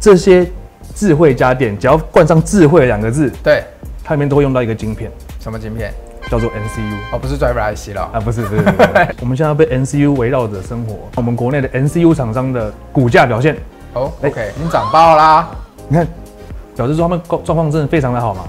这些智慧家电，只要冠上“智慧”两个字，对，它里面都会用到一个晶片，什么晶片？叫做 NCU。哦，不是 driver IC 了。啊，不是，不是，不是不 是我们现在被 NCU 围绕着生活。我们国内的 NCU 厂商的股价表现，哦，OK，你哎长爆啦。你看，表示说他们状状况真的非常的好嘛。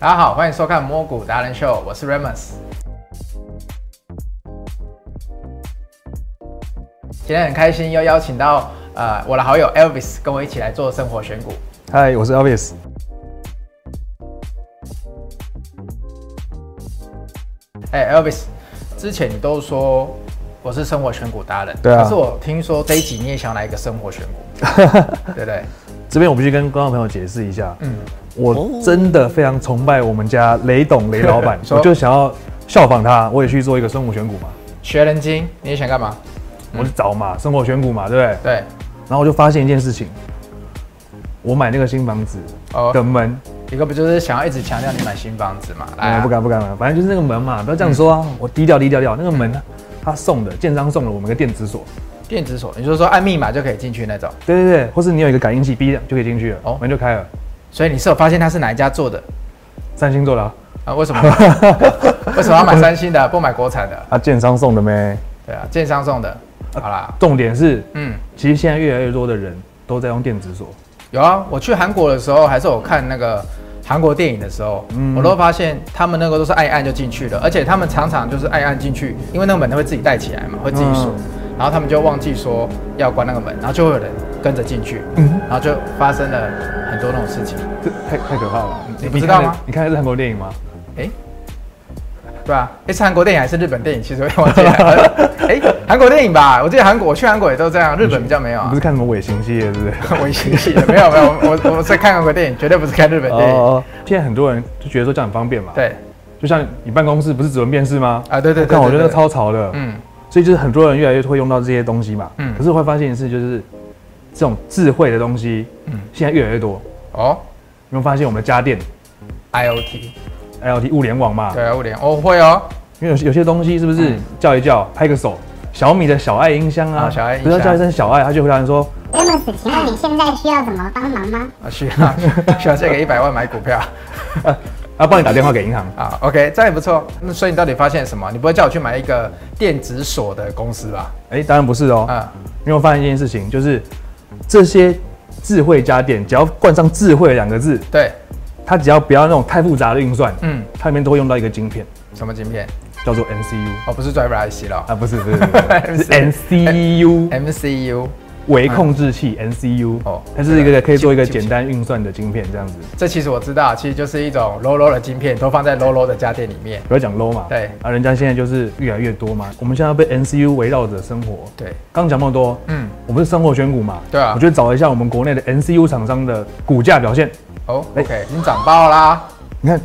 大家好，欢迎收看《摸骨达人秀》，我是 Remus。今天很开心，又邀请到呃我的好友 Elvis 跟我一起来做生活选股。嗨，我是 Elvis。哎、e l v i s 之前你都说我是生活选股达人，对啊可是我听说这一集你也想来一个生活选 股，对不对？这边我必须跟观众朋友解释一下，嗯，，我真的非常崇拜我们家雷董雷老板说我就想要效仿他，我也去做一个生活选股嘛，学人精，你也想干嘛？我就找嘛，生活选股嘛，对不对？对，然后我就发现一件事情，我买那个新房子哦的门，一个不就是想要一直强调你买新房子嘛？来、哎，啊，不敢不敢了，反正就是那个门嘛，不要这样说啊，我低调低调低调，那个门啊他送的，建商送了我们一个电子锁，电子锁，你就说按密码就可以进去那种。对对对，或是你有一个感应器，逼就可以进去了，哦门就开了，所以你是有发现它是哪一家做的三星做的啊，啊？为什么？为什么要买三星的，不买国产的？啊建商送的咩？对啊，建商送的。好啦，重点是，嗯，其实现在越来越多的人都在用电子锁。有啊，我去韩国的时候，还是我看那个韩国电影的时候，我都发现他们那个都是按一按就进去了，而且他们常常就是按一按进去，因为那个门会自己带起来嘛，会自己锁，然后他们就忘记说要关那个门，然后就会有人跟着进去，嗯然后就发生了很多那种事情。这太太可怕了！你不知道吗看嗯的你看的是韩国电影吗？哎、对啊，哎、是韩国电影还是日本电影？其实我也忘记了。 哎、韩国电影吧，我记得韩国我去韩国也都这样，日本比较没有你啊不是。看什么尾行系列，对不对？我新系 的没有没有，我我我是看韩国电影，绝对不是看日本电影。哦，现在很多人就觉得说这样很方便嘛。，对就像你办公室不是指纹辨识吗？啊，对对对我看我觉得那对个超潮的，嗯，所以就是很多人越来越会用到这些东西嘛。嗯可是我会发现是就是这种智慧的东西，嗯现在越来越多。哦有没有发现我们的家电、 ，IOT， IoT、物联网嘛？对啊，物联，我会哦，因为有有些东西是不是嗯叫一叫，拍个手，小米的小爱音箱啊，啊小爱音箱不是叫一声小爱，他就回答你说 Amos，请问你现在需要什么帮忙吗？啊，需要 需要借个一百万买股票啊，帮你打电话给银行。啊，OK，这样也不错。那所以你到底发现什么？你不会叫我去买一个电子锁的公司吧？哎，当然不是哦。啊，因为我发现一件事情，就是这些智慧家电，只要冠上“智慧”两个字，对，它只要不要那种太复杂的运算，嗯，它里面都会用到一个晶片，什么晶片？叫做 NCU 哦，不是 driver IC 了啊，不是不是不是 是 NCU ，MCU。微控制器 NCU 哦哦，它是一个可以做一个记不记简不单运算的晶片，这样子这其实我知道，其实就是一种 low low 的晶片，都放在 low low 的家电里面。不要讲 low 嘛，对啊，人家现在就是越来越多嘛，我们现在被 NCU 围绕着生活。对，刚讲那么多，嗯，我们是生活选股嘛，对啊我就找一下我们国内的 NCU 厂商的股价表现，哦、哎 o k 你长爆啦！你看，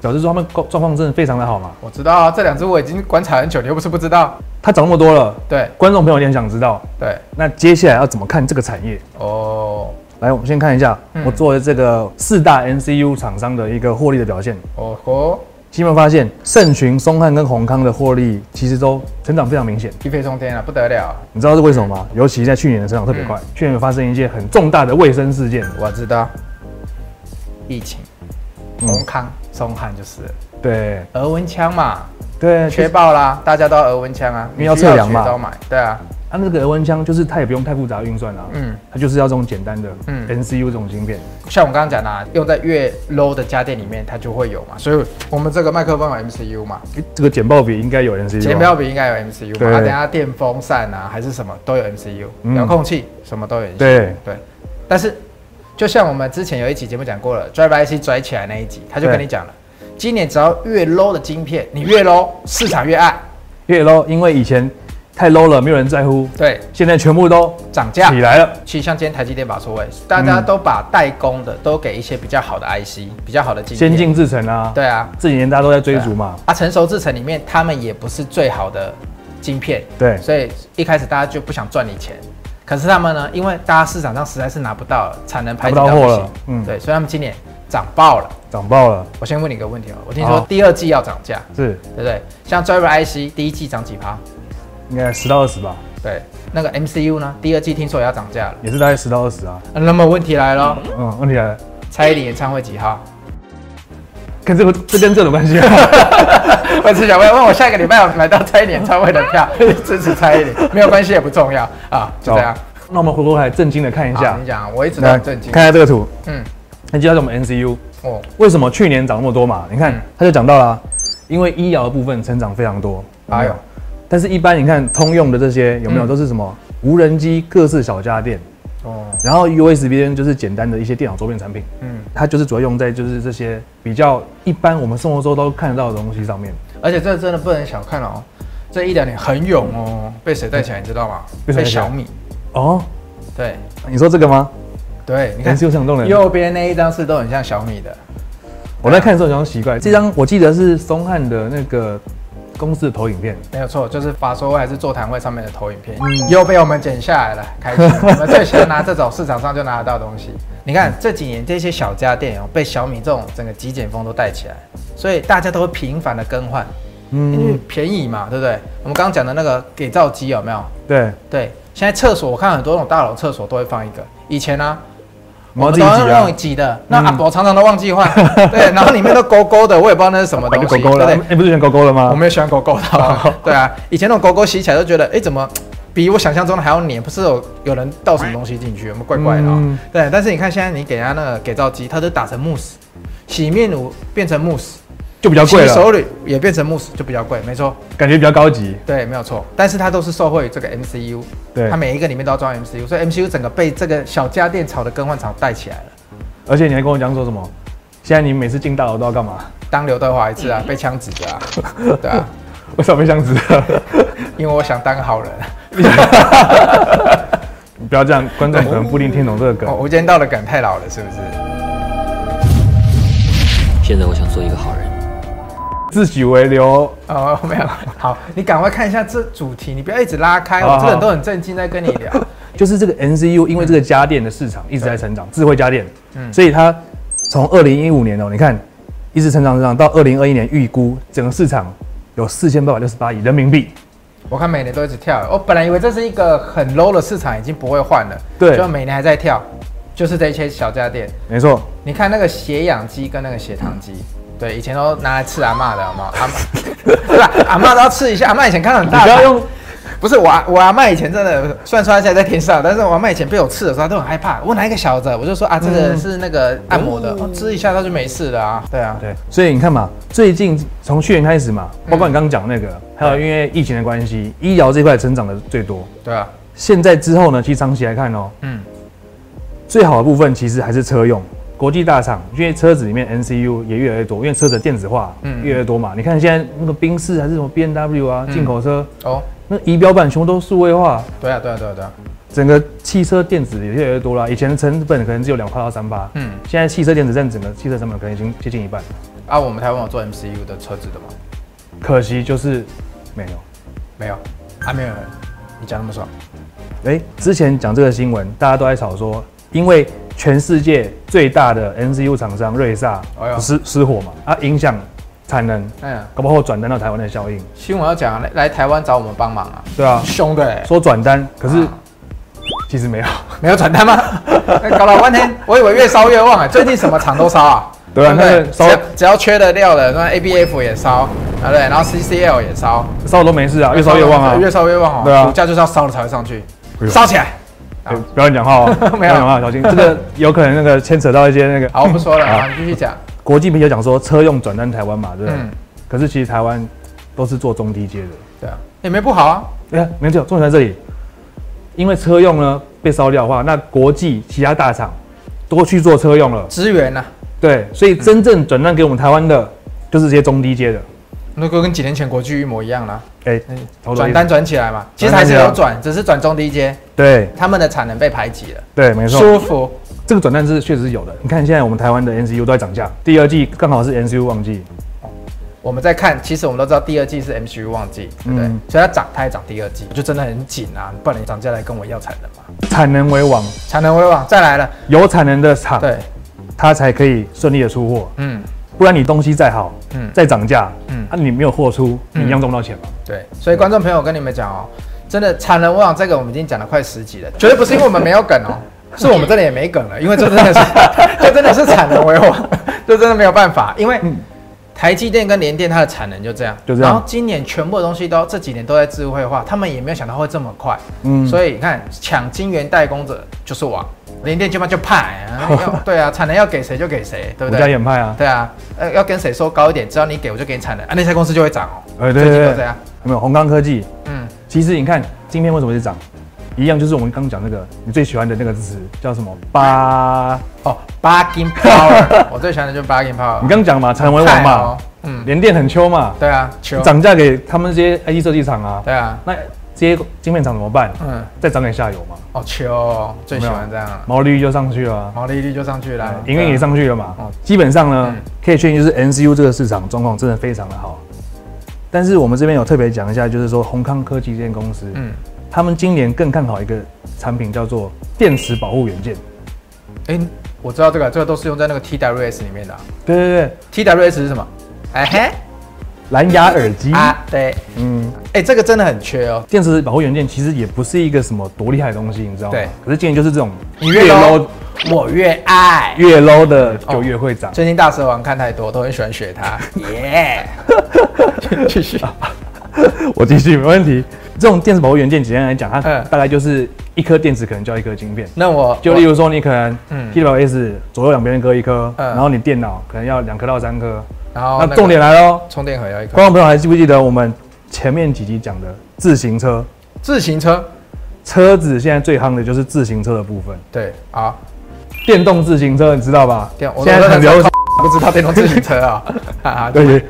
表示说他们状状况真的非常的好嘛。我知道啊，这两只我已经观察很久，你又不是不知道。它涨那么多了，对观众朋友一定很想知道，对，那接下来要怎么看这个产业？哦来，我们先看一下嗯我做的这个四大 NCU 厂商的一个获利的表现。哦吼，有没有发现盛群、松汉跟宏康的获利其实都成长非常明显？一飞冲天啊了，不得了！你知道是为什么吗？尤其在去年的成长特别嗯快，去年有发生一件很重大的卫生事件，我知道，疫情，嗯宏康、松汉就是了对额温枪嘛，对，缺缺爆啦，大家都要额温枪啊，因为要测量嘛你需要学都买，对啊，它那个额温枪就是它也不用太复杂的运算啊，嗯，它就是要这种简单的嗯 NCU 这种芯片。像我刚刚讲的、啊，用在越 low 的家电里面，它就会有嘛，所以我们这个麦克风有 MCU 嘛，诶这个简报比应该有 NCU，前啊标比应该有 MCU 嘛，对啊，等下电风扇啊还是什么都有 MCU，嗯遥、控器什么都有 MCU，对对，但是就像我们之前有一期节目讲过了，Drive IC 拽起来那一集，他就跟对你讲了，今年只要越 low 的晶片，你越 low 市场越爱，越 low，因为以前太 low 了，没有人在乎，对，现在全部都涨价起。来了。其实像今天台积电把所谓，大家都把代工的都给一些比较好的 IC，比较好的晶片先，进制程啊，对啊，这几年大家都在追逐嘛，啊，成熟制程里面他们也不是最好的晶片，对所以一开始大家就不想赚你钱，可是他们呢，因为大家市场上实在是拿不到了，产能排挤拿不到货不了行，嗯对，所以他们今年涨爆了。涨爆了，我先问你一个问题哦，我听说好第二季要涨价，是对不对？像 Driver IC 第一季涨几趴，应该十到二十吧，对，那个 MCU 呢，第二季听说也要涨价了。也是大概十到二十啊。啊那么问题来了，嗯，问题来了，蔡依林演唱会几号？ 跟这个这跟这有关系啊？我只想问问我下一个礼拜有买到蔡依林演唱会的票， 支持蔡依林，没有关系也不重要啊，就这样。那我们回过头来正经的看一好，下你，讲，啊我一直都很震惊。啊看一下这个图，嗯，那就叫我们 NCU，哦，为什么去年涨那么多嘛？你看嗯他就讲到啦，因为医疗的部分成长非常多，哎呦，但是一般你看通用的这些有没有嗯都是什么无人机、各式小家电，哦，然后 USB 就是简单的一些电脑周边产品，嗯，它就是主要用在就是这些比较一般我们生活中都看得到的东西上面。而且这真的不能小看哦，这一两年很勇哦，被谁带起来你知道吗？被谁带被起来小米，哦，对你说这个吗？对，你人看是有想动的。右边那一张是都很像小米的，我在看的时候想奇怪，这张我记得是松汉的那个公司的投影片，没有错，就是法说会还是座谈会上面的投影片，嗯又被我们剪下来了，开心。我们最喜欢拿这种市场上就拿得到的东西。你看这几年这些小家电哦，被小米这种整个极简风都带起来，所以大家都会频繁的更换，因为嗯，便宜嘛，对不对？我们刚刚讲的那个给皂机有没有？对，对，现在厕所我看很多那种大楼厕所都会放一个，以前啊呢、我我要自们都己挤要那啊种。挤的，那阿伯常常都忘记 换，对，然后里面都勾勾的，我也不知道那是什么东就西，狗狗了，对哎、不对？不是选狗狗了吗？我没有喜欢狗狗的哦，对啊，以前那种狗狗洗起来都觉得，哎、怎么比我想象中的还要黏？不是有有人倒什么东西进去，有没有怪怪的、哦？嗯对，但是你看现在你给它那个给皂机，它就打成慕斯，洗面乳变成慕斯，就比较贵洗手了，乳也变成慕斯，就比较贵，没错，感觉比较高级。对，没有错。但是它都是受惠于这个 MCU，对它，每一个里面都要装 MCU，所以 MCU 整个被这个小家电潮的更换潮带起来了。而且你还跟我讲说什么？现在你每次进大楼都要干嘛？ 当刘德华一次啊，被枪指着啊， 对啊，为什么被箱子？ 因为我想当个好人。你不要这样，观众可能不一定听懂这个哦，梗。《无间道》的梗太老了，是不是？现在我想做一个好人。自己为流，哦， 没有。好，你赶快看一下这主题，你不要一直拉开，哦好我这个人好都很震惊在跟你 聊。就是这个 NCU，因为这个家电的市场一直在成长，智慧家电，嗯所以它从二零一五年哦、你看一直成长成长，到二零二一年预估整个市场有四千八百六十八亿人民币。我看每年都一直跳，我本来以为这是一个很 low 的市场，已经不会换了，对就每年还在跳，就是这些小家电。没错，你看那个血氧机跟那个血糖机，对，以前都拿来刺阿嬷的，好吗？阿嬷， 对吧？阿嬷都要刺一下，阿嬷以前看到很大，你不要用，不是我阿，我阿嬷以前真的，虽然说她现在在天上，但是我阿嬷以前被我刺的时候，她都很害怕。我拿一个小的，我就说啊，这个是那个嗯按摩的，哦刺一下她就没事了啊。对啊，对，所以你看嘛，最近从去年开始嘛，包括嗯你刚刚讲那个，还有因为疫情的关系，医疗这块成长的最多。对啊，现在之后呢，其实长期来看哦，嗯，最好的部分其实还是车用。国际大厂，因为车子里面 NCU 也越来越多，因为车子的电子化嗯越来越多嘛。你看现在那个宾士还是什么 B N W 啊，嗯进口车、哦，那仪表板全部都数位化，对啊，对啊，对啊，对啊，整个汽车电子也越来越多啦。以前的成本可能只有两趴到三趴，嗯，现在汽车电子占整个汽车成本可能已经接近一半。啊，我们台湾有做 MCU 的车子的吗？可惜就是没有。没有，啊，没有人，你讲那么爽，哎、之前讲这个新闻，大家都在吵说，因为全世界最大的 NCU 厂商瑞萨哎呀失失火嘛，啊，影响产能，嗯，搞不好转单到台湾的效应，新闻要讲啊来来台湾找我们帮忙啊，对啊，凶的、欸，说转单，可是啊其实没有，没有传单吗？搞了半天，我以为越烧越旺啊，最近什么厂都烧啊，对啊不那个烧只要只要缺的料的，那 ABF 也烧，啊对，然后 CCL 也烧，烧都没事啊，越烧越旺啊，哎越烧越旺哦，对啊股价就是要烧了才会上去，哎呦烧起来。哎不要乱讲话哦，不 没有要乱讲话，小心这 个有可能那个牵扯到一些那个好，我不说 了，啊，你继续讲，国际媒体有讲说车用转单台湾嘛，对不对？嗯可是其实台湾都是做中低阶的，对啊，也没不好啊，哎、呀，没错，重点在这里。因为车用呢被烧掉的话，那国际其他大厂都去做车用了，资源呐。对，所以真正转让给我们台湾的，就是这些中低阶的，那个跟几年前国巨一模一样啦，哎、嗯差不多转单转起来嘛，其实转还单是起来有转，只是转中低阶，对他们的产能被排挤了，对，没错，舒服。这个转单是确实是有的。你看现在我们台湾的 NCU 都在涨价，第二季刚好是 NCU 旺季，我们在看，其实我们都知道第二季是 MCU 旺季，对不对？嗯所以它涨，它也涨第二季，就真的很紧啊！不然你涨价来跟我要产能嘛？产能为王，产能为王，再来了，有产能的厂，对，它才可以顺利的出货，嗯，不然你东西再好，嗯再涨价，嗯啊，你没有货出，你嗯一样赚不到钱嘛。对。所以观众朋友，我跟你们讲哦，真的产能为王这个我们已经讲了快十集了，绝对不是因为我们没有梗 哦，是我们这里也没梗了，因为这真的是，这真的是产能为王，这真的没有办法，因为。台积电跟联电，它的产能就这样，嗯就这样然后今年全部的东西都这几年都在智慧化，他们也没有想到会这么快。嗯所以你看，抢晶圆代工者就是王，联电基本上就派、啊，要对 啊，产能要给谁就给谁，对不我对？家也很派啊，对啊，呃，要跟谁收高一点，只要你给我就给你产能，啊，那家公司就会涨哦。呃，对最对近对，都这样。有没有红钢科技？嗯，其实你看今天为什么是涨，一样就是我们刚刚讲那个你最喜欢的那个词叫什么？八，哦，bargain power，我最喜欢的就是 bargain power。你刚讲嘛，产能为王派嘛哦，，嗯，联电很秋嘛，对啊，球，涨价给他们这些 IT 设计厂啊，对啊，那这些晶片厂怎么办？嗯，再涨给下游嘛，哦，球，最喜有欢没这样了，毛利率就上去了啊，毛利率就上去了，营运也上去了嘛哦。基本上呢嗯，可以确定就是 NCU 这个市场状况真的非常的好。但是我们这边有特别讲一下，就是说宏康科技这间公司，对啊，嗯，他们今年更看好一个产品叫做电池保护元件。哎，我知道这个，这个都是用在那个 TWS 里面的啊对对对， ，TWS 是什么？哎嘿，蓝牙耳机，啊，对，嗯，哎，这个真的很缺哦，电池保护元件其实也不是一个什么多厉害的东西，你知道吗？对可是今年就是这种你越 low，我越爱。越 low 的就越会涨。最近大蛇王看太多，都很喜欢学 他，耶，继续，我继续，没问题。这种电池保护元件，简单来讲，它哦嗯大概就是一颗电池可能叫一颗晶片。那我就我例如说，你可能嗯 T 1 0 S 左右两边各一颗，嗯然后你电脑可能要两颗到三颗。然后、那个重点来喽，充电盒要一颗观众朋友还记不记得我们前面几集讲的自行车？自行车，车子现在最夯的就是自行车的部分，对，好，电动自行车，你知道吧？电我现在很流行，不知道电动自行车啊、哈 哈，对对，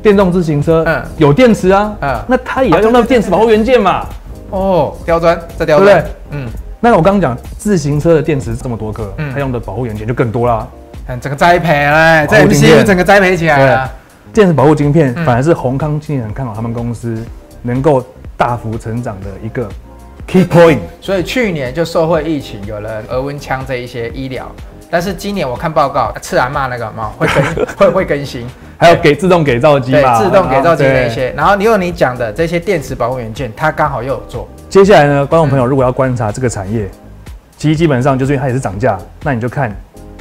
电动自行车嗯有电池啊嗯，那它也要用到电池保护元件嘛。哦，刁钻，这刁对钻不对，嗯，那我刚刚讲自行车的电池这么多颗，嗯它用的保护元件就更多啦。嗯，整个栽培嘞，保这护晶片 MCU 整个栽培起来了，电子保护晶片嗯反而是宏康今年很看好他们公司能够大幅成长的一个嗯 key point。所以去年就受惠疫情，有了额温枪这一些医疗，但是今年我看报告，啊赤阿骂那个嘛，会 更会会更新，还有给自动给皂机对嘛，，啊自动给造机那对一。些，然后你有你讲的这些电池保护元件，它刚好又有做，接下来呢，观众朋友如果要观察这个产业，其实基本上就是因为它也是涨价，那你就看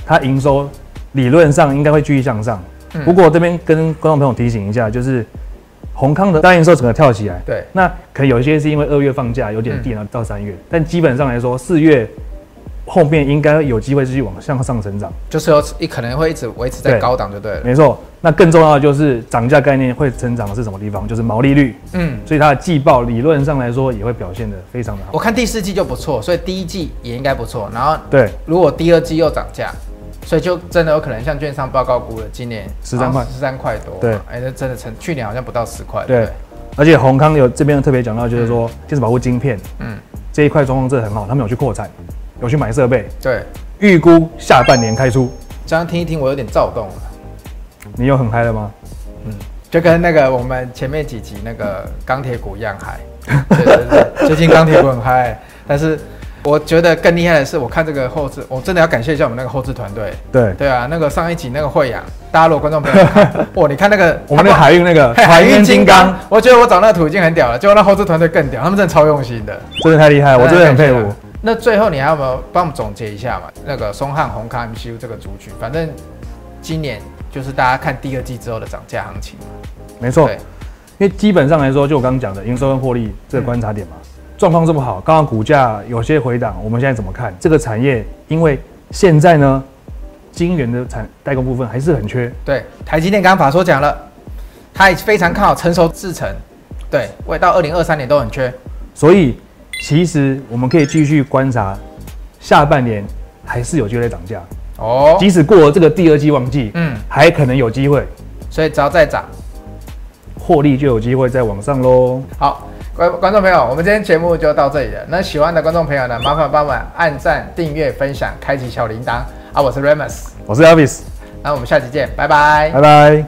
它营收理论上应该会继续向上。嗯不过这边跟观众朋友提醒一下，就是宏康的单营收整个跳起来，对，那可能有一些是因为二月放假有点嗯低，然后到三月，但基本上来说，四月后面应该有机会继续往向上成长。就是有一可能会一直维持在对高档就对了，没错，那更重要的就是涨价概念会成长的是什么地方？就是毛利率，嗯。所以它的季报理论上来说也会表现得非常的我好。看第四季就不错，所以第一季也应该不错。然后对，如果第二季又涨价，所以就真的有可能像券商报告估了，今年13块十三块多嘛。对哎、那真的成去年好像不到十块。对不，而且宏康有这边特别讲到，就是说电子保护晶片嗯，这一块状况真的很好，他们有去扩产，有去买设备，对。预估下半年开出。这样听一听，我有点躁动了，你有很嗨了吗？就跟那个我们前面几集那个钢铁股一样 嗨。对对对，最近钢铁股很嗨，但是我觉得更厉害的是，我看这个后置，我真的要感谢一下我们那个后置团队。对，对啊，那个上一集那个惠阳，大家如果观众朋友 看，哇，你看那个我们那个他把海运那个 海运金刚，，我觉得我找那个图已经很屌了，结果那后置团队更屌，他们真的超用心的，真的太厉哎害，我真的很佩太感谢服了。。那最后你还有没有帮我们总结一下嘛？那个松汉、红康、MCU 这个族群，反正今年就是大家看第二季之后的涨价行情嘛。没错，对因为基本上来说，就我刚刚讲的营收跟获利这个观察点嘛，嗯状况这么好，刚刚股价有些回档，我们现在怎么看这个产业？因为现在呢，晶圆的产代工部分还是很缺，对，台积电刚刚法说讲了，他也非常看好成熟制程，对，未到二零二三年都很缺。所以其实我们可以继续观察下半年还是有机会再涨价，哦，即使过了这个第二季旺季，嗯，还可能有机会所以只要再涨，获利就有机会再往上喽。好，观观众朋友，我们今天节目就到这里了。那喜欢的观众朋友呢，麻烦帮我们按赞、订阅、分享、开启小铃铛啊！我是 Remus，我是 Elvis，那我们下期见，拜拜拜拜。